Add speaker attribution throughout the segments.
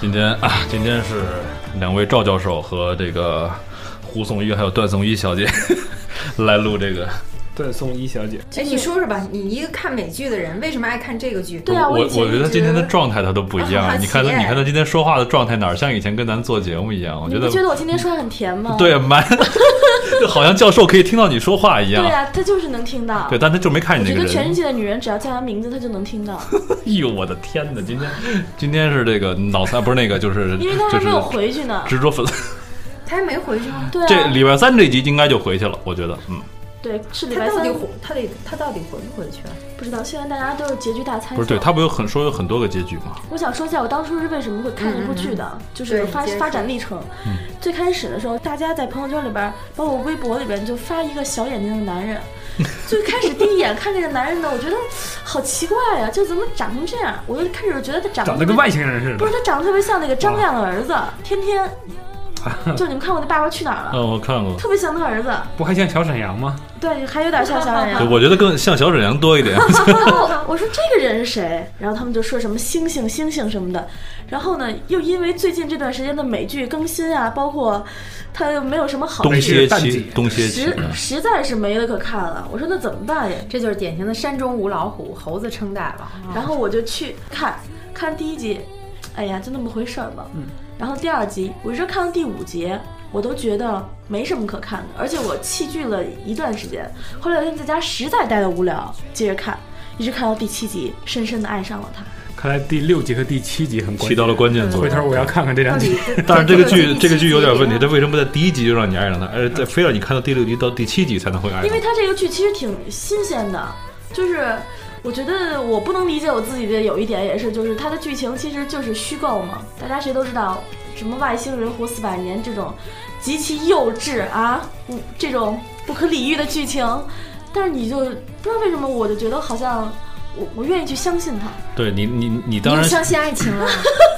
Speaker 1: 今天啊，今天是两位赵教授和这个胡颂玉还有段颂一小姐 来录这个。
Speaker 2: 段颂一小姐，
Speaker 3: 哎，你说说吧，你一个看美剧的人，为什么爱看这个剧？
Speaker 4: 对啊，
Speaker 1: 我
Speaker 4: 以前
Speaker 1: 我觉得
Speaker 4: 一直
Speaker 1: 今天的状态他都不一
Speaker 3: 我
Speaker 1: 样，啊
Speaker 3: 很好
Speaker 1: 你看他，
Speaker 3: 奇
Speaker 1: 你看他今天说话的状态哪儿像以前跟咱做节目一样？我
Speaker 4: 哎你
Speaker 1: 觉
Speaker 4: 不
Speaker 1: 得
Speaker 4: 觉得我今天说的很甜吗？
Speaker 1: 对，蛮 就好像教授可以听到你说话一
Speaker 4: 对
Speaker 1: 样。
Speaker 4: 啊，他就是能听到。
Speaker 1: 对，但他就没看
Speaker 4: 我
Speaker 1: 你那
Speaker 4: 觉
Speaker 1: 个
Speaker 4: 得全世
Speaker 1: 人。
Speaker 4: 界的女人只要叫他名字，他就能听到，
Speaker 1: 哎呦，我的天哪！今天今天是这个脑残，不是那个， 就是
Speaker 4: 因为他
Speaker 1: 就
Speaker 4: 还
Speaker 1: 是
Speaker 4: 没有回去呢。
Speaker 1: 执着粉。
Speaker 3: 他还没回去吗？
Speaker 4: 对
Speaker 1: 这
Speaker 4: 啊，
Speaker 1: 礼拜三这集应该就回去了，我觉得，嗯，
Speaker 4: 对是礼
Speaker 3: 他
Speaker 4: 拜
Speaker 3: 到底
Speaker 4: 三，
Speaker 3: 回他得他到底回不回去啊？
Speaker 4: 不知道。现在大家都是结局大猜测。
Speaker 1: 不是，对他不有很说有很多个结局吗？
Speaker 4: 我想说一下，我当初是为什么会看这部剧
Speaker 3: 嗯
Speaker 4: 的，就是
Speaker 3: 对
Speaker 4: 发
Speaker 3: 你接着
Speaker 4: 发
Speaker 3: 说
Speaker 4: 展历程。
Speaker 1: 嗯
Speaker 4: 最开始的时候，大家在朋友圈里边儿，包括微博里边，就发一个小眼睛的 男人。最开始第一眼看这个男人呢，我觉得好奇怪呀、就怎么长成这样？我就开始觉得他长得
Speaker 2: 长得
Speaker 4: 特别
Speaker 2: 跟外星人似
Speaker 4: 不
Speaker 2: 的
Speaker 4: 是，他长得特别像那个张亮的儿子，天 天，就你们看过那《爸爸去哪儿》了？
Speaker 1: 嗯，我看过。
Speaker 4: 特别像他儿子，
Speaker 2: 不还像小沈阳吗？
Speaker 4: 对，还有点像小沈
Speaker 1: 对，
Speaker 4: 阳。
Speaker 1: 我觉得更像小沈阳多一 点。
Speaker 4: 然后我说这个人是谁？然后他们就说什么星星、星星什么的。然后呢，又因为最近这段时间的美剧更新啊，包括他又没有什么好
Speaker 1: 东
Speaker 4: 剧，
Speaker 1: 歇
Speaker 2: 淡
Speaker 1: 期
Speaker 2: 季，
Speaker 1: 东歇期
Speaker 4: 实，实在是没的可看了。我说那怎么办呀？
Speaker 3: 这就是典型的山中无老虎，猴子称大王。啊
Speaker 4: 然后我就去看看第一集，哎呀，就那么回事儿吧。然后第二集，我一直看到第五集，我都觉得没什么可看的，而且我弃剧了一段时间。后来有一天在家实在待的无聊，接着看，一直看到第七集，深深的爱上了他。
Speaker 2: 看来第六集和第七集很关
Speaker 1: 起
Speaker 2: 键。
Speaker 1: 到了关键作
Speaker 2: 回
Speaker 1: 用。
Speaker 2: 头我要看看这两
Speaker 3: 到
Speaker 2: 集
Speaker 3: 底。
Speaker 1: 但是这个剧，
Speaker 3: 第
Speaker 1: 这个剧有点问题，
Speaker 3: 几
Speaker 1: 这
Speaker 3: 集
Speaker 1: 为什么在第一集就让你爱上他，而且非让你看到第六集到第七集才能会爱
Speaker 4: 因
Speaker 1: 上
Speaker 4: 为？他这个剧其实挺新鲜的，就是我觉得我不能理解我自己的有一点也是，就是它的剧情其实就是虚构嘛，大家谁都知道什么外星人活四百年这种极其幼稚啊，嗯这种不可理喻的剧情，但是你就不知道为什么我就觉得好像我我愿意去相信他，
Speaker 1: 对你，你，你
Speaker 3: 你
Speaker 1: 当
Speaker 3: 又
Speaker 1: 然
Speaker 3: 相信爱情了？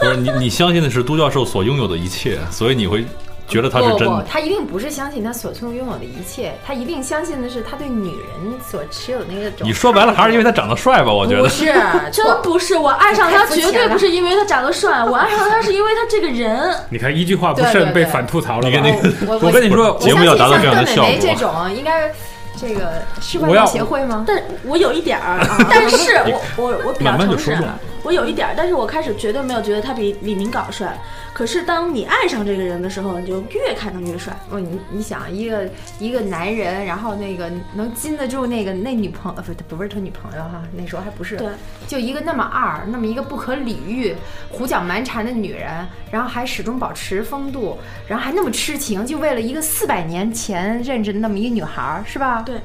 Speaker 1: 不是你，你相信的是都教授所拥有的一切，所以你会觉 得他是
Speaker 3: 不
Speaker 1: 真
Speaker 3: 不，
Speaker 1: 的。
Speaker 3: 他一定不是相信他所拥有的一切，他一定相信的是他对女人所持有的那个种。
Speaker 1: 你说白了还是因为他长得帅吧？我觉
Speaker 3: 不
Speaker 1: 得
Speaker 3: 是
Speaker 4: 真
Speaker 3: 错
Speaker 4: 不是我爱上他
Speaker 3: 太肤浅
Speaker 4: 绝对
Speaker 3: 了
Speaker 4: 不是因为他长得帅，我爱上他是因为他这个人。
Speaker 2: 你看一句话不
Speaker 3: 对
Speaker 2: 慎
Speaker 3: 对
Speaker 2: 被
Speaker 3: 对
Speaker 2: 反吐槽了
Speaker 1: 你
Speaker 2: 吧
Speaker 1: 跟？那个
Speaker 3: 我
Speaker 2: 我跟你说，
Speaker 1: 节目要达到这样的效
Speaker 3: 我相信像段美梅这
Speaker 1: 果。
Speaker 3: 种应该这个是外
Speaker 2: 我要
Speaker 3: 貌协会吗？
Speaker 4: 但我有一点儿， 但是我我我比较
Speaker 1: 慢慢地
Speaker 4: 诚实
Speaker 1: 说吧
Speaker 4: 啊，我有一点儿，但是我开始绝对没有觉得他比李明镐帅。可是当你爱上这个人的时候，你就越看他越帅。
Speaker 3: 哦，你你想一个一个男人，然后那个能禁得住那个那女朋友，呃不不是他女朋友哈，那时候还不是，
Speaker 4: 对，
Speaker 3: 就一个那么二，那么一个不可理喻、胡搅蛮缠的女人，然后还始终保持风度，然后还那么痴情，就为了一个四百年前认识的那么一个女孩儿，是吧？
Speaker 4: 对，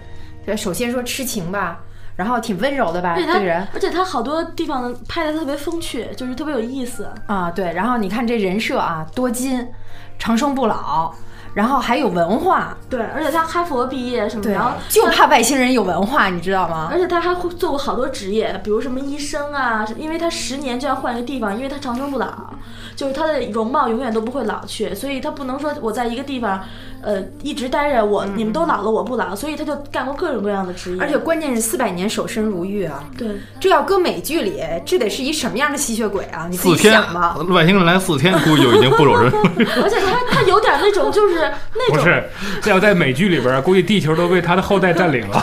Speaker 3: 对，首先说痴情吧，然后挺温柔的吧，
Speaker 4: 而且
Speaker 3: 这个人
Speaker 4: 他，而且他好多地方拍的特别风趣，就是特别有意思。
Speaker 3: 啊，对，然后你看这人设啊，多金，长生不老，然后还有文化，
Speaker 4: 对，而且他哈佛毕业什么，
Speaker 3: 对
Speaker 1: 啊
Speaker 3: 啊
Speaker 4: 然后，
Speaker 3: 就怕外星人有文化，你知道吗
Speaker 4: 而？且他还会做过好多职业，比如什么医生啊，因为他十年就要换一个地方，因为他长生不老，就是他的容貌永远都不会老去，所以他不能说我在一个地方，呃，一直待着我，你们都老了我不老，所以他就干过各种各样的职业。
Speaker 3: 而且关键是四百年守身如玉啊，
Speaker 4: 对，
Speaker 3: 这要搁美剧里，这得是一什么样的吸血鬼啊？你自
Speaker 1: 四
Speaker 3: 己
Speaker 1: 天
Speaker 3: 想吧。，
Speaker 1: 外星人来四天，估计就已经不走人。
Speaker 4: 而且他他有点那种就是那
Speaker 2: 不
Speaker 4: 种
Speaker 2: 是，这要在美剧里边儿，估计地球都被他的后代占领了。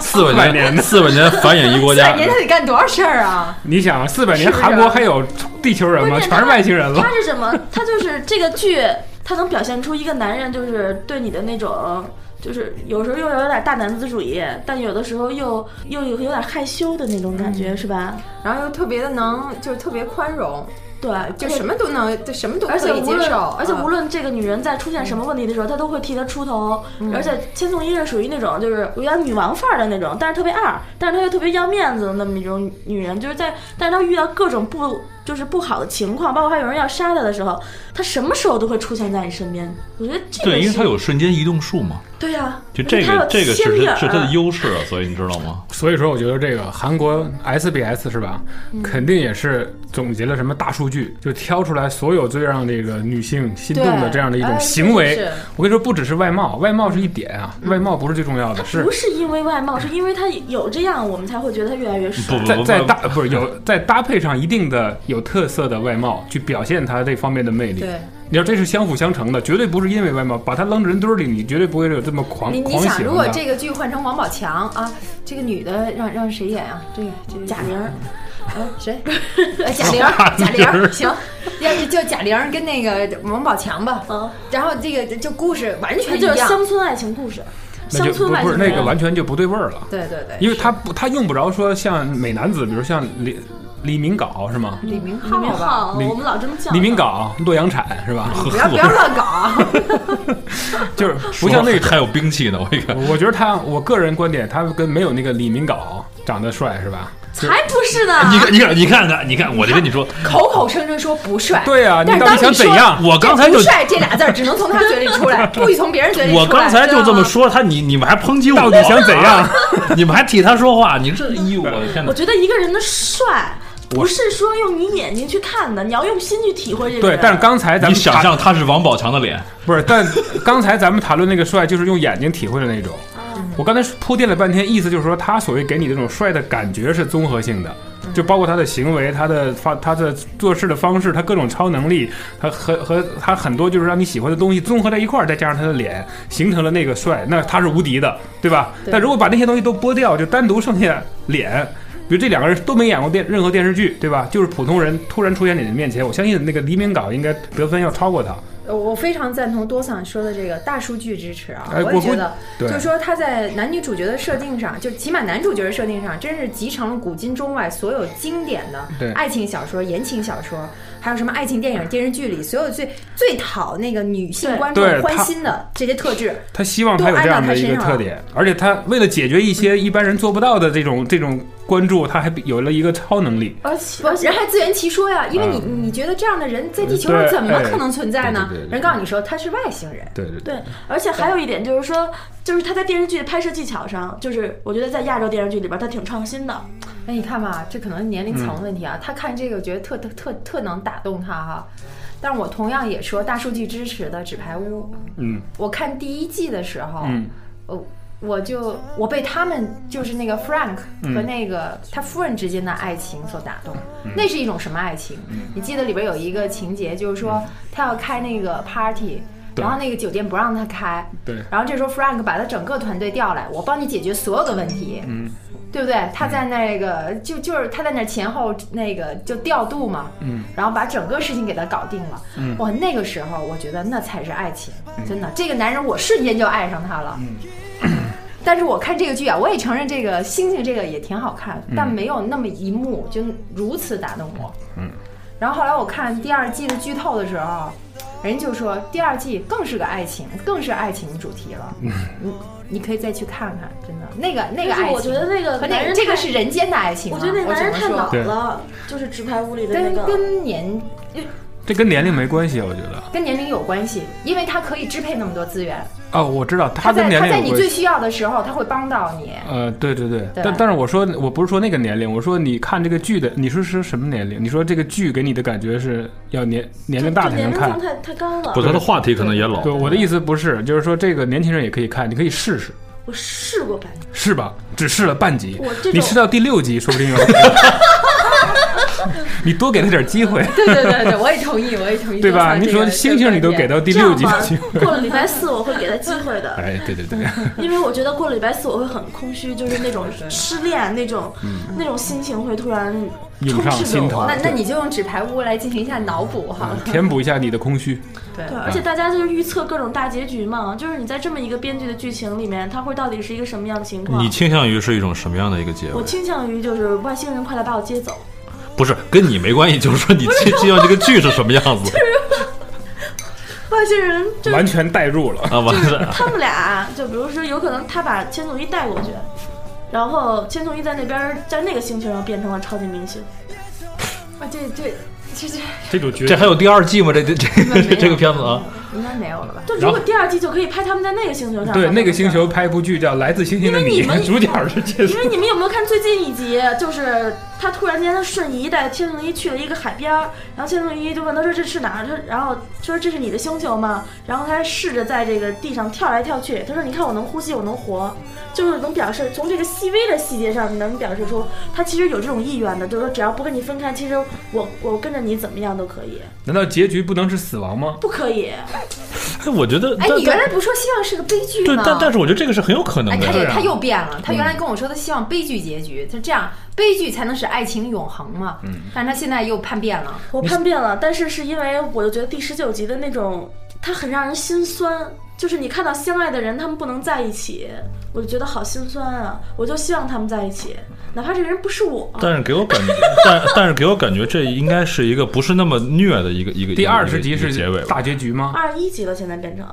Speaker 1: 四百
Speaker 2: 百
Speaker 1: 年，
Speaker 2: 年
Speaker 1: 四百年繁衍一国
Speaker 3: 四百
Speaker 1: 家。
Speaker 3: 年他得干多少事儿啊？
Speaker 2: 你想，四百年
Speaker 3: 是不是
Speaker 2: 韩国还有地球人吗？
Speaker 4: 关键
Speaker 2: 全是外星人了
Speaker 4: 他。是什么？他就是这个剧，他能表现出一个男人就是对你的那种，就是有时候又有点大男子主义，但有的时候又又有有点害羞的那种感觉，是吧？
Speaker 3: 然后又特别的能，就是特别宽容，
Speaker 4: 对，
Speaker 3: 就
Speaker 4: 而且
Speaker 3: 什么都能，就什么都
Speaker 4: 而且
Speaker 3: 可以
Speaker 4: 无
Speaker 3: 接
Speaker 4: 论
Speaker 3: 受。
Speaker 4: 而且
Speaker 3: 啊
Speaker 4: 无论这个女人在出现什么问题的时候，他都会替她出头。
Speaker 3: 嗯
Speaker 4: 而且千颂伊是属于那种就是有点女王范儿的那种，但是特别二，但是她又特别要面子的那么一种女人，就是在但是她遇到各种不就是不好的情况，包括还有人要杀她的时候，她什么时候都会出现在你身边。我觉得这个
Speaker 1: 对，因为
Speaker 4: 是
Speaker 1: 他有瞬间移动术嘛，
Speaker 4: 对呀，
Speaker 1: 就这
Speaker 3: 嗯
Speaker 4: 她
Speaker 1: 个
Speaker 4: 有
Speaker 1: 这个是
Speaker 4: 牵引
Speaker 1: 他
Speaker 4: 儿
Speaker 1: 是他的优势啊，所以你知道吗？
Speaker 2: 所以说，我觉得这个韩国 SBS 是吧，
Speaker 3: 嗯
Speaker 2: 肯定也是总结了什么大数据，就挑出来所有最让这个女性心动的
Speaker 3: 对
Speaker 2: 这样的一种
Speaker 3: 哎
Speaker 2: 行为。
Speaker 3: 是是嗯
Speaker 2: 我跟你说，不只是外貌，外貌是一点啊，外貌不是最重要的，是
Speaker 4: 不是因为外貌，是因为她有这样，我们才会觉得她越来越帅。
Speaker 1: 不
Speaker 2: 在在
Speaker 1: 不
Speaker 2: 搭不是有在搭配上一定的有有特色的外貌去表现他这方面的魅力。
Speaker 3: 对，
Speaker 2: 你要这是相辅相成的，绝对不是因为外貌，把他扔人堆儿里，你绝对不会有这么狂
Speaker 3: 你你
Speaker 2: 狂
Speaker 3: 想，
Speaker 2: 喜
Speaker 3: 如果
Speaker 2: 欢他。
Speaker 3: 这个剧换成王宝强啊，这个女的让让谁演啊？这个这个
Speaker 4: 贾玲儿，
Speaker 3: 啊 谁？呃贾玲儿，贾玲儿，行，要是就贾玲儿跟那个王宝强吧。
Speaker 4: 嗯，
Speaker 3: 然后这个就故事完
Speaker 4: 它
Speaker 3: 全一
Speaker 4: 就是
Speaker 3: 样。
Speaker 4: 乡村爱情故事，
Speaker 2: 那
Speaker 4: 乡
Speaker 2: 就
Speaker 4: 村
Speaker 2: 不
Speaker 4: 爱
Speaker 2: 不
Speaker 4: 情
Speaker 2: 是
Speaker 4: 故事
Speaker 2: 那个完全就不对味儿了。
Speaker 3: 对对对，
Speaker 2: 因为他不，他用不着说像美男子，比如像李李明镐是吗？
Speaker 3: 李明
Speaker 4: 李明
Speaker 3: 吧。
Speaker 4: 浩，
Speaker 2: 李
Speaker 4: 我们老这么叫
Speaker 2: 李明镐、洛阳铲是吧？
Speaker 3: 不要不要乱搞啊！
Speaker 2: 就是不像那
Speaker 1: 说
Speaker 2: 种。
Speaker 1: 还有兵器呢，我一看
Speaker 2: 我觉得他，我个人观点，他跟没有那个李明镐长得帅是吧？就是
Speaker 4: 才不是呢，
Speaker 3: 啊
Speaker 2: 哎
Speaker 1: 你看，你看，你看看，你看，我就跟你 说，
Speaker 3: 口口声声说不帅，
Speaker 2: 对呀、
Speaker 3: 但
Speaker 2: 你
Speaker 3: 是
Speaker 2: 到
Speaker 3: 当
Speaker 2: 底想
Speaker 3: 你
Speaker 2: 怎
Speaker 3: 说
Speaker 2: 样？
Speaker 1: 我刚才就
Speaker 3: 不帅这俩字儿只能从他嘴里出来，不许从别人嘴里出 来。
Speaker 1: 我刚才就这么
Speaker 3: 知道吗，
Speaker 1: 说他，你你们还抨击我，
Speaker 2: 到底想怎样？
Speaker 1: 你们还替他说话，你这，哎呦我的天
Speaker 4: 我
Speaker 1: 哪！
Speaker 4: 觉得一个人的帅，
Speaker 2: 我
Speaker 4: 不是说用你眼睛去看的，你要用心去体会这个
Speaker 2: 对
Speaker 4: 人。，
Speaker 2: 但是刚才咱
Speaker 1: 你
Speaker 2: 们
Speaker 1: 想
Speaker 2: 谈
Speaker 1: 象他是王宝强的
Speaker 3: 啊
Speaker 1: 脸，
Speaker 2: 不是？但刚才咱们谈论那个帅，就是用眼睛体会的那种。我刚才铺垫了半天，意思就是说，他所谓给你这种帅的感觉是综合性的，就包括他的行为、他的发、他的做事的方式、他各种超能力，他和和他很多就是让你喜欢的东西综合在一块儿，再加上他的脸，形成了那个帅，那他是无敌的，对吧？
Speaker 3: 对
Speaker 2: 但如果把那些东西都剥掉，就单独剩下脸。比如这两个人都没演过电任何电视剧，对吧？就是普通人突然出现在你的面前，我相信那个黎明镐应该得分要超过他。
Speaker 3: 呃我非常赞同多桑说的这个大数据支持啊，
Speaker 2: 哎
Speaker 3: 我也
Speaker 2: 我
Speaker 3: 觉得，
Speaker 2: 对
Speaker 3: 就是说他在男女主角的设定上，就起码男主角的设定上，真是集成了古今中外所有经典
Speaker 2: 对
Speaker 3: 的爱情小说、言情小说，还有什么爱情电影、电视剧里所有最最讨那个女性观众
Speaker 2: 对
Speaker 3: 欢
Speaker 2: 他
Speaker 3: 心的这些特质。
Speaker 2: 他希望他有这样的一个特点，而且他为了解决一些一般人做不到的这种这种关注，他还有了一个超能力。
Speaker 4: 而且
Speaker 3: 不，人还自圆其说呀，因为你、你觉得这样的人在地球上
Speaker 2: 嗯对
Speaker 3: 怎么
Speaker 2: 哎
Speaker 3: 可能存在呢？
Speaker 2: 对对对对
Speaker 3: 人告诉你说他是外星人，
Speaker 2: 对对，
Speaker 4: 对，而且还有一点就是说，就是他在电视剧拍摄技巧上，就是我觉得在亚洲电视剧里边，他挺创新的。
Speaker 3: 哎，你看吧，这可能年龄
Speaker 2: 嗯
Speaker 3: 层问题啊。他看这个，我觉得特特特特能打动他哈、但是我同样也说大数据支持的《纸牌屋》，
Speaker 2: 嗯
Speaker 3: 我看第一季的时候，
Speaker 2: 嗯，
Speaker 3: 我我就我被他们就是那个 Frank
Speaker 2: 嗯
Speaker 3: 和那个他夫人之间的爱情所打动。那是一种什么爱情？
Speaker 2: 嗯
Speaker 3: 你记得里边有一个情节，就是说他要开那个 party，
Speaker 2: 对
Speaker 3: 然后那个酒店不让他开，
Speaker 2: 对
Speaker 3: 然后这时候 Frank 把他整个团队调来，我帮你解决所有的问题，
Speaker 2: 嗯，
Speaker 3: 对不对？他在那个就就是他在那前后那个就调度嘛，
Speaker 2: 嗯，
Speaker 3: 然后把整个事情给他搞定了，
Speaker 2: 嗯
Speaker 3: 哇，那个时候我觉得那才是爱情，真的，这个男人我瞬间就爱上他
Speaker 2: 嗯
Speaker 3: 了，但是我看这个剧啊，我也承认这个星星这个也挺好看，但没有那么一幕就如此打动我。
Speaker 2: 嗯。
Speaker 3: 然后后来我看第二季的剧透的时候，人就说第二季更是个爱情，更是爱情主题了。嗯。你你可以再去看看，真的，那个那个
Speaker 4: 但
Speaker 3: 爱
Speaker 4: 是
Speaker 3: 情，
Speaker 4: 我觉得那个
Speaker 3: 和
Speaker 4: 男
Speaker 3: 那
Speaker 4: 人
Speaker 3: 这个
Speaker 4: 太
Speaker 3: 是人间的爱情啊。
Speaker 4: 我觉得那男人
Speaker 3: 只
Speaker 4: 太
Speaker 3: 能说
Speaker 4: 老
Speaker 2: 对
Speaker 4: 了，就是《纸牌屋》里的那
Speaker 3: 跟
Speaker 4: 个。
Speaker 3: 跟年
Speaker 2: 这跟年龄没关系，我觉得。
Speaker 3: 跟年龄有关系，因为他可以支配那么多资源，
Speaker 2: 哦，我知道他
Speaker 3: 他
Speaker 2: 跟
Speaker 3: 在
Speaker 2: 年
Speaker 3: 他在
Speaker 2: 龄有
Speaker 3: 你
Speaker 2: 关
Speaker 3: 最
Speaker 2: 系。
Speaker 3: 需要的时候，他会帮到你。
Speaker 2: 呃，对对对，
Speaker 3: 对
Speaker 2: 但但是我说我不是说那个年龄，我说你看这个剧的，你说是什么年龄？你说这个剧给你的感觉是要年年龄大
Speaker 4: 就
Speaker 2: 才
Speaker 4: 年
Speaker 2: 能
Speaker 4: 龄
Speaker 2: 看
Speaker 4: 层。太太高了
Speaker 1: 不，，他的话题可能也老
Speaker 2: 对，，我的意思不是，就是说这个年轻人也可以看，你可以试试，
Speaker 4: 我试过感觉，
Speaker 2: 是吧？只试了半集
Speaker 4: 我这，种
Speaker 2: 你试到第六集，说不定有。 你多给他点机会。
Speaker 3: 对对对对，我也同意，我也同意。
Speaker 2: 对
Speaker 3: 多
Speaker 2: 吧？
Speaker 3: 桑这
Speaker 2: 你
Speaker 3: 个
Speaker 2: 说
Speaker 3: 这个
Speaker 2: 星星你都给
Speaker 3: 观点
Speaker 2: 到第
Speaker 4: 这
Speaker 2: 六
Speaker 4: 样
Speaker 2: 集
Speaker 4: 吧
Speaker 2: 了，，
Speaker 4: 过了礼拜四我会给他机会的。
Speaker 2: 哎，对对 对，
Speaker 4: 因为我觉得过了礼拜四我会很空虚，就是那种失恋那种那种心情会突然
Speaker 2: 嗯涌上
Speaker 4: 充斥着
Speaker 2: 心头
Speaker 4: 我。
Speaker 3: 那那
Speaker 2: 对嗯
Speaker 3: 你就用纸牌屋来进行一下脑补哈。
Speaker 2: 填补一下你的 空虚。
Speaker 3: 对
Speaker 4: 对，而且大家就是预测各种大结局嘛，就是你在这么一个编剧的剧情里面，它会到底是一个什么样的情况
Speaker 1: 你？倾向于是一种什么样的一个结
Speaker 4: 我
Speaker 1: 尾？
Speaker 4: 倾向于就是外星人快来把我接走，
Speaker 1: 不是跟你没关系，就是说你倾倾向这个剧是什么样 子
Speaker 4: 外星人就是
Speaker 2: 完全代入了，
Speaker 1: 啊？完
Speaker 4: 就是
Speaker 1: 了，
Speaker 4: 他们俩，就比如说有可能他把千颂伊带过去，然后千颂伊在那边儿在那个星球上变成了超级明星，
Speaker 3: 啊，这这这这
Speaker 2: 这种角
Speaker 1: 这还有第二季吗？这这这这个片子啊，
Speaker 3: 应该没有了吧？
Speaker 4: 就如
Speaker 2: 然
Speaker 4: 果
Speaker 2: 后
Speaker 4: 第二季就可以拍他们在那个星球上，
Speaker 2: 对那个星。球 拍一部剧叫《来自星星的
Speaker 4: 因为你们
Speaker 2: 主角是这
Speaker 4: 因为你们有没有看最近一集？就是他突然间他瞬移带千颂伊去了一个海边儿，然后千颂伊就问他说这是哪儿？他然后说这是你的星球吗？然后他还试着在这个地上跳来跳去，他说你看我能呼吸，我能活，就是能表示从这个细微的细节上能表示出他其实有这种意愿的，就是说只要不跟你分开，其实我我跟着你怎么样都可以，
Speaker 2: 难道结局不能是死亡吗？
Speaker 4: 不可以？
Speaker 1: 哎，我觉得，
Speaker 3: 哎，
Speaker 1: 但
Speaker 3: 你原来不说希望是个悲剧
Speaker 1: 对，
Speaker 3: 吗？
Speaker 1: 但但是我觉得这个是很有可
Speaker 3: 嗯哎，
Speaker 1: 能
Speaker 3: 他
Speaker 1: 的。
Speaker 3: 这
Speaker 2: 对啊
Speaker 3: 他又变了。他原来跟我说他希望悲剧结局，他这样悲剧才能使爱情永恒嘛。嗯，但是他现在又叛变了。
Speaker 4: 我叛变了，但是是因为我就觉得第十九集的那种，它很让人心酸，就是你看到相爱的人，他们不能在一起，我就觉得好心酸啊！我就希望他们在一起，哪怕这个人不是我。
Speaker 1: 但是给我感觉， 但但是给我感觉，这应该是一个不是那么虐的一个一个
Speaker 2: 第二
Speaker 1: 一个
Speaker 2: 十集
Speaker 1: 一个
Speaker 2: 是
Speaker 1: 结尾吧，
Speaker 2: 大结局吗？
Speaker 4: 二十一集了，现在变成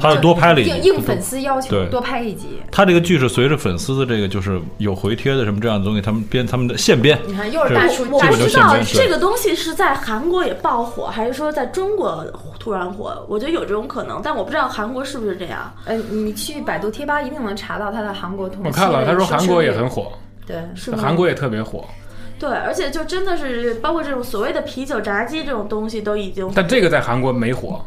Speaker 1: 他
Speaker 2: 呃
Speaker 1: 又多拍了一
Speaker 3: 应
Speaker 1: 集
Speaker 3: 应。粉丝要求
Speaker 1: 对
Speaker 3: 多拍一集。
Speaker 1: 他这个剧是随着粉丝的这个就是有回贴的什么这样的东西，他们编他们的现编。
Speaker 3: 你看，又是大叔
Speaker 1: 这，
Speaker 4: 我
Speaker 3: 大
Speaker 4: 不
Speaker 1: 这个就
Speaker 3: 叔
Speaker 4: 知
Speaker 1: 是
Speaker 4: 道
Speaker 1: 没事
Speaker 4: 这个东西是在韩国也爆火，还是说在中国突然火？我觉得有这种可能，但我不知道韩国是不是这样。
Speaker 3: 呃，你去百度贴吧一定能查到他的韩国同
Speaker 2: 我看了，他说韩国也很火，
Speaker 3: 对，
Speaker 4: 是吗？
Speaker 2: 韩国也特别火，
Speaker 4: 对，而且就真的是包括这种所谓的啤酒炸鸡这种东西都已经
Speaker 2: 但这个在韩国没火，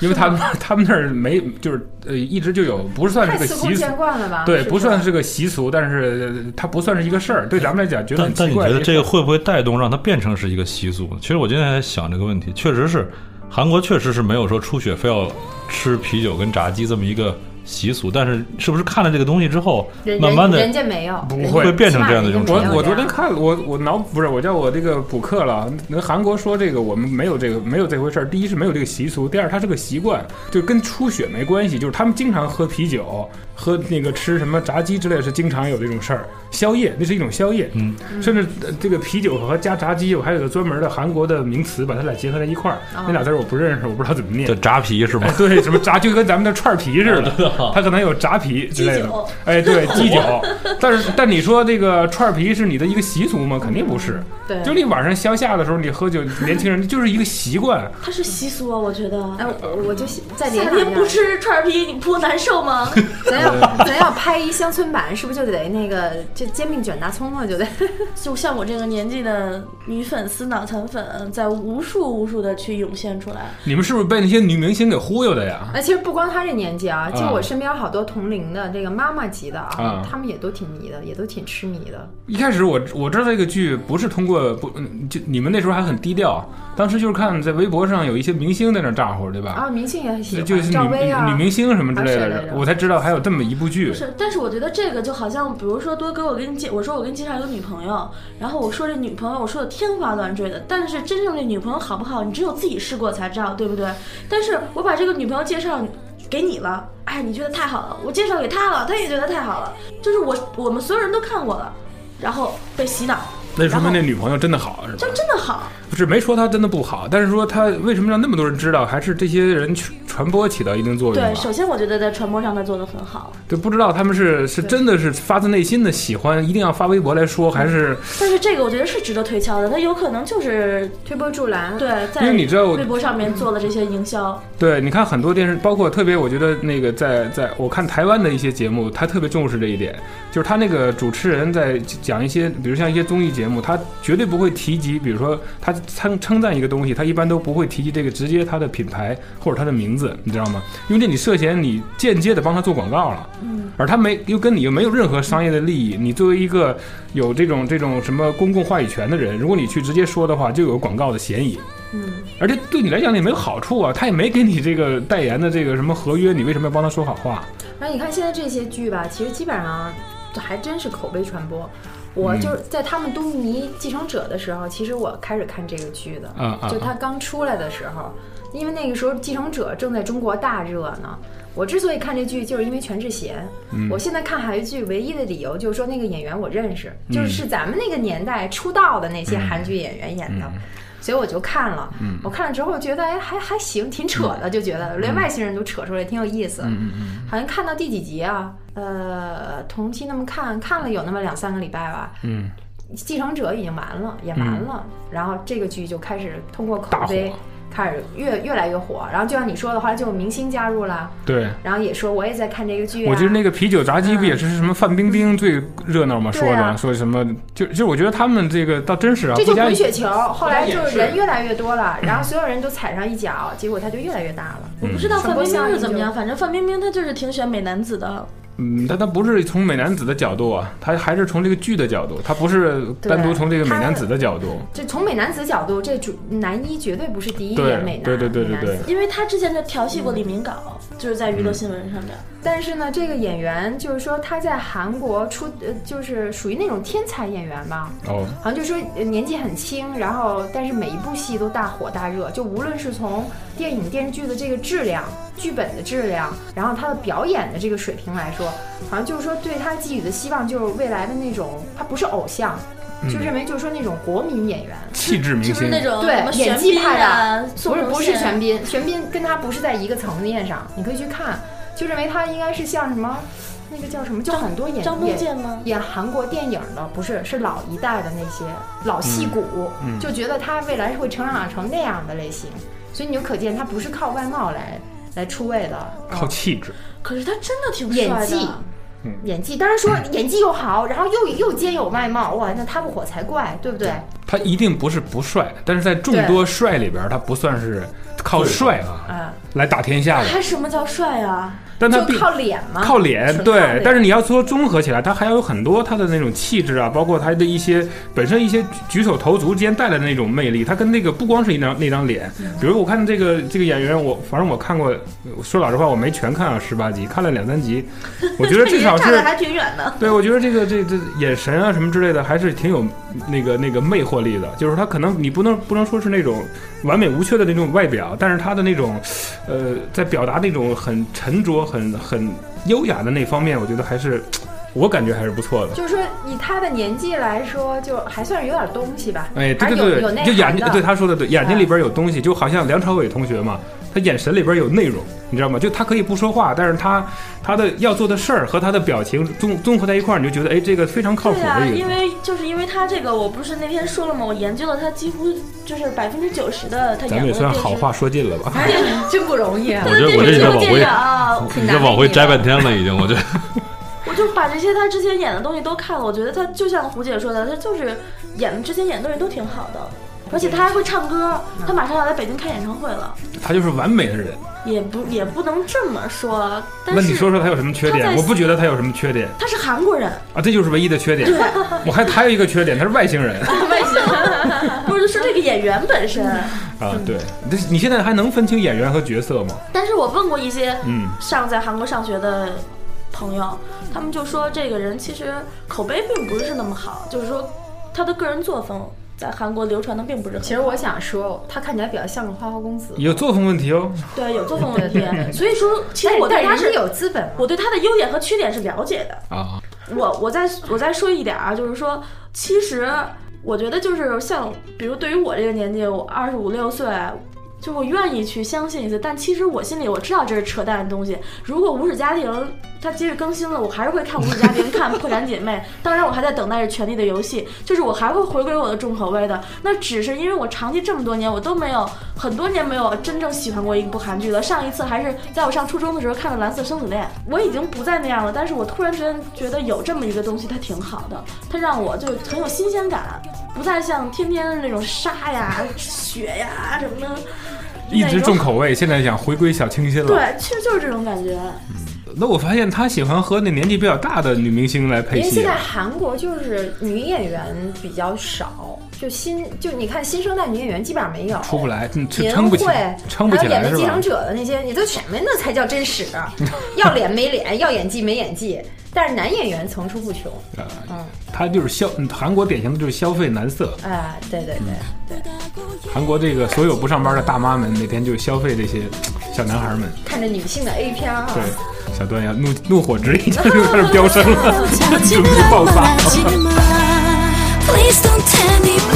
Speaker 2: 因为他们他们那儿没就是呃一直就有，不算
Speaker 3: 太
Speaker 2: 是个
Speaker 3: 司空
Speaker 2: 习俗
Speaker 3: 见，惯了吧？
Speaker 2: 对，
Speaker 3: 是吧
Speaker 2: 不算是个习俗，但是呃它不算是一个事儿，对咱们来讲觉得
Speaker 1: 但
Speaker 2: 很
Speaker 1: 但
Speaker 2: 奇
Speaker 1: 你
Speaker 2: 怪。
Speaker 1: 觉得这个会不会带动让它变成是一个习俗呢？其实我今天在想这个问题，确实是韩国确实是没有说出血非要吃啤酒跟炸鸡这么一个习俗，但是是不是看了这个东西之后
Speaker 3: 人，
Speaker 1: 慢慢的
Speaker 3: 人家没有，
Speaker 2: 不
Speaker 3: 人家
Speaker 2: 会
Speaker 1: 会变成这样的一
Speaker 3: 起码
Speaker 1: 种
Speaker 3: 人家没
Speaker 1: 传统
Speaker 3: 有
Speaker 2: 我我昨
Speaker 3: 这
Speaker 2: 天
Speaker 3: 样
Speaker 2: 看了，我我脑不是我叫我这个补课了。那韩国说这个我们没有这个没有这回事儿。第一是没有这个习俗，第二它是个习惯，就跟出血没关系。就是他们经常喝啤酒，喝那个吃什么炸鸡之类是经常有这种事儿。宵夜那是一种宵夜，
Speaker 1: 嗯，
Speaker 2: 甚至呃这个啤酒和加炸鸡，我还有个专门的韩国的名词把它俩结合在一块儿。
Speaker 3: 哦
Speaker 2: 那俩字儿我不认识，我不知道怎么念
Speaker 1: 叫。炸皮是吗
Speaker 2: 哎？对，什么炸就跟咱们的串儿皮似的，它可能有炸皮之类
Speaker 4: 鸡
Speaker 2: 的
Speaker 4: 酒。
Speaker 2: 哎，对，鸡酒。但是，但你说这个串儿皮是你的一个习俗吗？肯定不是。
Speaker 3: 对，
Speaker 2: 就你晚上乡下的时候，你喝酒，年轻人就是一个习惯。
Speaker 4: 它是习俗啊，我觉得。
Speaker 3: 哎，我我就再联
Speaker 4: 夏
Speaker 3: 想一
Speaker 4: 天
Speaker 3: 下
Speaker 4: 不吃串儿皮，你不难受吗？
Speaker 3: 咱要咱要拍一乡村版，是不是就得那个这煎饼卷大葱了？就得
Speaker 4: 就像我这个年纪的女粉丝、脑残粉，在无数无数的去涌现出来。
Speaker 2: 你们是不是被那些女明星给忽悠的呀？
Speaker 3: 哎，其实不光他这年纪啊，就
Speaker 2: 啊
Speaker 3: 我身边好多同龄的这个妈妈级的啊
Speaker 2: 啊，
Speaker 3: 他们也都挺迷的，也都挺痴迷的。
Speaker 2: 一开始我我知道这个剧不是通过不嗯就你们那时候还很低调，当时就是看在微博上有一些明星在那咋呼，对吧？
Speaker 3: 啊，明星也喜
Speaker 2: 就是
Speaker 3: 欢，赵薇
Speaker 2: 女
Speaker 3: 啊，
Speaker 2: 女明星什么之类
Speaker 3: 啊是的
Speaker 2: 的
Speaker 3: 是，的
Speaker 2: 我才知道还有这么一部剧
Speaker 4: 不。是，但是我觉得这个就好像，比如说多哥，我给你介，我说我给你介绍一个女朋友，然后我说这女朋友，我说的天花乱坠的，但是真正这女朋友好不好，你只有自己试过才知道，对不对？但是我把这个女朋友介绍给你了，哎，你觉得太好了，我介绍给他了，他也觉得太好了，就是我我们所有人都看过了，然后被洗脑，
Speaker 2: 那说
Speaker 4: 然后
Speaker 2: 明那女朋友真的好，是吧？
Speaker 4: 就真的好。
Speaker 2: 不是没说他真的不好，但是说他为什么让那么多人知道，还是这些人去传播起到一定作用
Speaker 4: 对，
Speaker 2: 吧
Speaker 4: 首？先我觉得在传播上他做的很好，
Speaker 2: 就不知道他们是是真的是发自内心的喜欢，一定要发微博来说，还是
Speaker 4: 但是这个我觉得是值得推敲的，他有可能就是
Speaker 3: 推波助澜。啊
Speaker 4: 嗯对在
Speaker 2: 因为你知道我
Speaker 4: 微博上面做了这些营销，
Speaker 2: 对？你看很多电视，包括特别，我觉得那个在在我看台湾的一些节目，他特别重视这一点，就是他那个主持人在讲一些，比如像一些综艺节目，他绝对不会提及，比如说他称称赞一个东西，他一般都不会提及这个直接他的品牌或者他的名字，你知道吗？因为这你涉嫌你间接的帮他做广告了。
Speaker 4: 嗯，
Speaker 2: 而他没又跟你又没有任何商业的利益。你作为一个有这种这种什么公共话语权的人，如果你去直接说的话，就有广告的嫌疑。
Speaker 4: 嗯，
Speaker 2: 而且对你来讲也没有好处啊，他也没给你这个代言的这个什么合约，你为什么要帮他说好话？
Speaker 3: 然后你看现在这些剧吧，其实基本上还真是口碑传播。我就是在他们都迷《继承者》的时候，其实我开始看这个剧的。
Speaker 2: 啊啊
Speaker 3: 就它刚出来的时候，因为那个时候《继承者》正在中国大热呢。我之所以看这剧，就是因为全智贤。
Speaker 2: 嗯
Speaker 3: 我现在看韩剧唯一的理由就是说那个演员我认识，
Speaker 2: 嗯
Speaker 3: 就是是咱们那个年代出道的那些韩剧演员演
Speaker 2: 嗯
Speaker 3: 的。所以我就看了，我看了之后觉得哎还还行，挺扯的，就觉得连外星人都扯出来，挺有意思。
Speaker 2: 嗯嗯
Speaker 3: 好像看到第几集啊？呃，同期那么看看了有那么两三个礼拜吧。
Speaker 2: 嗯，
Speaker 3: 继承者已经完了，演完了，然后这个剧就开始通过口
Speaker 2: 大火
Speaker 3: 碑开始越越来越火。然后就像你说的，后来就有明星加入了，
Speaker 2: 对，
Speaker 3: 然后也说我也在看这个剧、啊。嗯
Speaker 2: 我记得那个啤酒炸鸡不也是什么范冰冰最热闹嘛，
Speaker 3: 对
Speaker 2: 说
Speaker 3: 啊
Speaker 2: 的说什么就就我觉得他们这个倒真是啊，
Speaker 3: 这就
Speaker 2: 不加
Speaker 3: 滚雪球，后来就
Speaker 2: 掩
Speaker 3: 是
Speaker 2: 饰
Speaker 3: 人越来越多了，然后所有人都踩上一脚，结果它就越来越大了。
Speaker 2: 嗯
Speaker 3: 嗯
Speaker 4: 我不知道
Speaker 3: 传
Speaker 4: 范
Speaker 3: 播
Speaker 4: 冰冰
Speaker 3: 效
Speaker 4: 是
Speaker 3: 应
Speaker 4: 怎么
Speaker 3: 就
Speaker 4: 样，反正范冰冰她就是挺选美男子的，
Speaker 2: 嗯，但他不是从美男子的角度啊，他还是从这个剧的角度，他不是单独从这个美男子的角度，
Speaker 3: 这从美男子角度，这主男一绝对不是第一
Speaker 2: 对
Speaker 3: 眼美男，
Speaker 2: 对对对对
Speaker 3: 美男子
Speaker 2: 对
Speaker 4: 因为她之前就调戏过李明镐，就是在娱
Speaker 2: 嗯
Speaker 4: 乐新闻上面。
Speaker 3: 但是呢，这个演员就是说他在韩国出，呃，就是属于那种天才演员吧，
Speaker 2: 哦，
Speaker 3: 好像就说呃年纪很轻，然后但是每一部戏都大火大热，就无论是从电影电视剧的这个质量、剧本的质量，然后他的表演的这个水平来说，好像就是说对他寄予的希望就是未来的那种，他不是偶像，
Speaker 4: 嗯
Speaker 3: 就认为就是说那种国民演员。
Speaker 2: 气质
Speaker 4: 是
Speaker 2: 明
Speaker 4: 不是
Speaker 2: 星
Speaker 4: 那，种
Speaker 3: 对
Speaker 4: 什么
Speaker 3: 演
Speaker 4: 玄
Speaker 3: 技
Speaker 4: 彬
Speaker 3: 派
Speaker 4: 啊
Speaker 3: 的，，
Speaker 4: 宋
Speaker 3: 不是
Speaker 4: 仲
Speaker 3: 不是
Speaker 4: 宪
Speaker 3: 玄彬，玄彬跟他不是在一个层面上，你可以去看，就认为他应该是像什么，那个叫什么，就
Speaker 4: 张
Speaker 3: 很多演
Speaker 4: 张东
Speaker 3: 演
Speaker 4: 健吗？
Speaker 3: 演韩国电影的，不是是老一代的那些老戏骨，
Speaker 2: 嗯
Speaker 3: 就觉得他未来会成长成那样的类型，所以你就可见他不是靠外貌来来出位的，啊
Speaker 2: 靠气质，
Speaker 4: 可是他真的挺帅
Speaker 3: 演
Speaker 4: 的，
Speaker 3: 技。演技当然说演技又好，然后又又兼有外貌，哇，那他不火才怪，对不对？
Speaker 2: 他一定不是不帅，但是在众多帅里边，他不算是靠帅啊
Speaker 3: 啊、
Speaker 2: 来打天下的，
Speaker 4: 他什么叫帅啊？
Speaker 2: 但他必
Speaker 3: 就靠脸嘛，
Speaker 2: 靠脸
Speaker 3: 纯靠
Speaker 2: 对
Speaker 3: 脸，
Speaker 2: 但是你要说综合起来，他还有很多他的那种气质啊，包括他的一些本身一些举举手投足间带来的那种魅力，他跟那个不光是一张那张脸，
Speaker 3: 嗯
Speaker 2: 比如我看这个这个演员，我反正我看过，说老实话我没全看啊，十八集看了两 三集，我觉得至少
Speaker 4: 站得
Speaker 2: 是。
Speaker 4: 还挺远的。
Speaker 2: 对，我觉得这个这这眼神啊什么之类的，还是挺有那个那个魅惑力的。就是他可能你不能不能说是那种完美无缺的那种外表，但是他的那种，呃，在表达那种很沉着、很很优雅的那方面，我觉得还是我感觉还是不错的。
Speaker 3: 就是说，以他的年纪来说，就还算是有点东西吧。
Speaker 2: 哎，
Speaker 3: 还
Speaker 2: 对
Speaker 3: 是
Speaker 2: 对
Speaker 3: 有有
Speaker 2: 对，
Speaker 3: 内
Speaker 2: 就眼
Speaker 3: 涵
Speaker 2: 睛
Speaker 3: 的嗯
Speaker 2: 对他说的对，眼睛里边有东西，就好像梁朝伟同学嘛，他眼神里边有内容，你知道吗？就他可以不说话，但是他他的要做的事儿和他的表情综综合在一块儿，你就觉得哎，这个非常靠谱
Speaker 4: 对啊，
Speaker 2: 的一
Speaker 4: 因
Speaker 2: 个。
Speaker 4: 为就是因为他这个，我不是那天说了吗？我研究了他几乎就是百分之九十的他
Speaker 2: 咱
Speaker 4: 演过
Speaker 2: 们
Speaker 4: 的
Speaker 2: 也
Speaker 4: 电
Speaker 2: 算
Speaker 4: 视
Speaker 2: 好话说尽了吧？
Speaker 3: 哎 真不容易啊
Speaker 1: 我觉得我这已
Speaker 4: 这
Speaker 1: 经
Speaker 4: 部
Speaker 1: 往
Speaker 4: 电
Speaker 1: 回
Speaker 4: 影啊，
Speaker 1: 你这往回摘半天了，已经，我觉得
Speaker 4: 我就把这些他之前演的东西都看了，我觉得他就像胡姐说的，他就是演的之前演的东西都挺好的，而且他还会唱歌，他马上要来北京开演唱会了，
Speaker 2: 他就是完美的人。
Speaker 4: 也不也不能这么说，但
Speaker 2: 那你说
Speaker 4: 是
Speaker 2: 说他有什么缺
Speaker 4: 他
Speaker 2: 点？
Speaker 4: 在
Speaker 2: 我不觉得他有什么缺点
Speaker 4: 他是韩国人，
Speaker 2: 啊，这就是唯一的缺点。我还他有一个缺点，他是外星人
Speaker 4: 外星人，不是是这个演员本身。
Speaker 2: 啊。对，这你现在还能分清演员和角色吗？
Speaker 4: 但是我问过一些
Speaker 2: 嗯，
Speaker 4: 上在韩国上学的朋友，他们就说这个人其实口碑并不是那么好，就是说他的个人作风在韩国流传的并不是很好。
Speaker 3: 其实我想说，他看起来比较像个花花公子，
Speaker 2: 有作风问题哦。
Speaker 4: 对有作风 问题，所以说其实我对
Speaker 3: 但
Speaker 4: 他
Speaker 3: 人
Speaker 4: 是
Speaker 3: 是有资本嘛。
Speaker 4: 我对他的优点和缺点是了解的。
Speaker 2: 啊，
Speaker 4: 我我再我再说一点啊，就是说，其实我觉得就是像，比如对于我这个年纪，我二十五六岁，就我愿意去相信一次，但其实我心里我知道这是扯淡的东西。如果《无耻家庭》它即使更新了，我还是会看《无耻家庭》，看《破产姐妹》。当然，我还在等待着《权力的游戏》，就是我还会回归我的重口味的。那只是因为我长期这么多年，我都没有很多年没有真正喜欢过一部韩剧了。上一次还是在我上初中的时候看的《蓝色生死恋》，我已经不再那样了。但是我突然觉得觉得有这么一个东西，它挺好的，它让我就很有新鲜感，不再像天天那种杀呀、血呀什么的。
Speaker 2: 一直重口味，现在想回归小清新了。
Speaker 4: 对，其实就是这种感觉。
Speaker 2: 那我发现他喜欢和那年纪比较大的女明星来配
Speaker 3: 因为现
Speaker 2: 戏啊
Speaker 3: 在。韩国就是女演员比较少，就新就你看新生代女演员基本上没有，
Speaker 2: 出不来，嗯
Speaker 3: 银
Speaker 2: 撑不起
Speaker 3: 惠，
Speaker 2: 撑不起
Speaker 3: 还有演的
Speaker 2: 来是
Speaker 3: 《继
Speaker 2: 吧
Speaker 3: 承？者》的那些，你都什么那才叫真实？啊 要脸没脸，要演技没演技。但是男演员层出不穷，
Speaker 2: 啊
Speaker 3: 嗯，
Speaker 2: 他就是消嗯韩国典型的就是消费男色，
Speaker 3: 哎，对对
Speaker 2: 嗯
Speaker 3: 对，
Speaker 2: 韩国这个所有不上班的大妈们每天就消费这些小男孩们。
Speaker 3: 看着女性的 A 片啊，
Speaker 2: 对，小段要怒怒火值已经开 始飙升了，准备爆发。
Speaker 5: Please don't tell me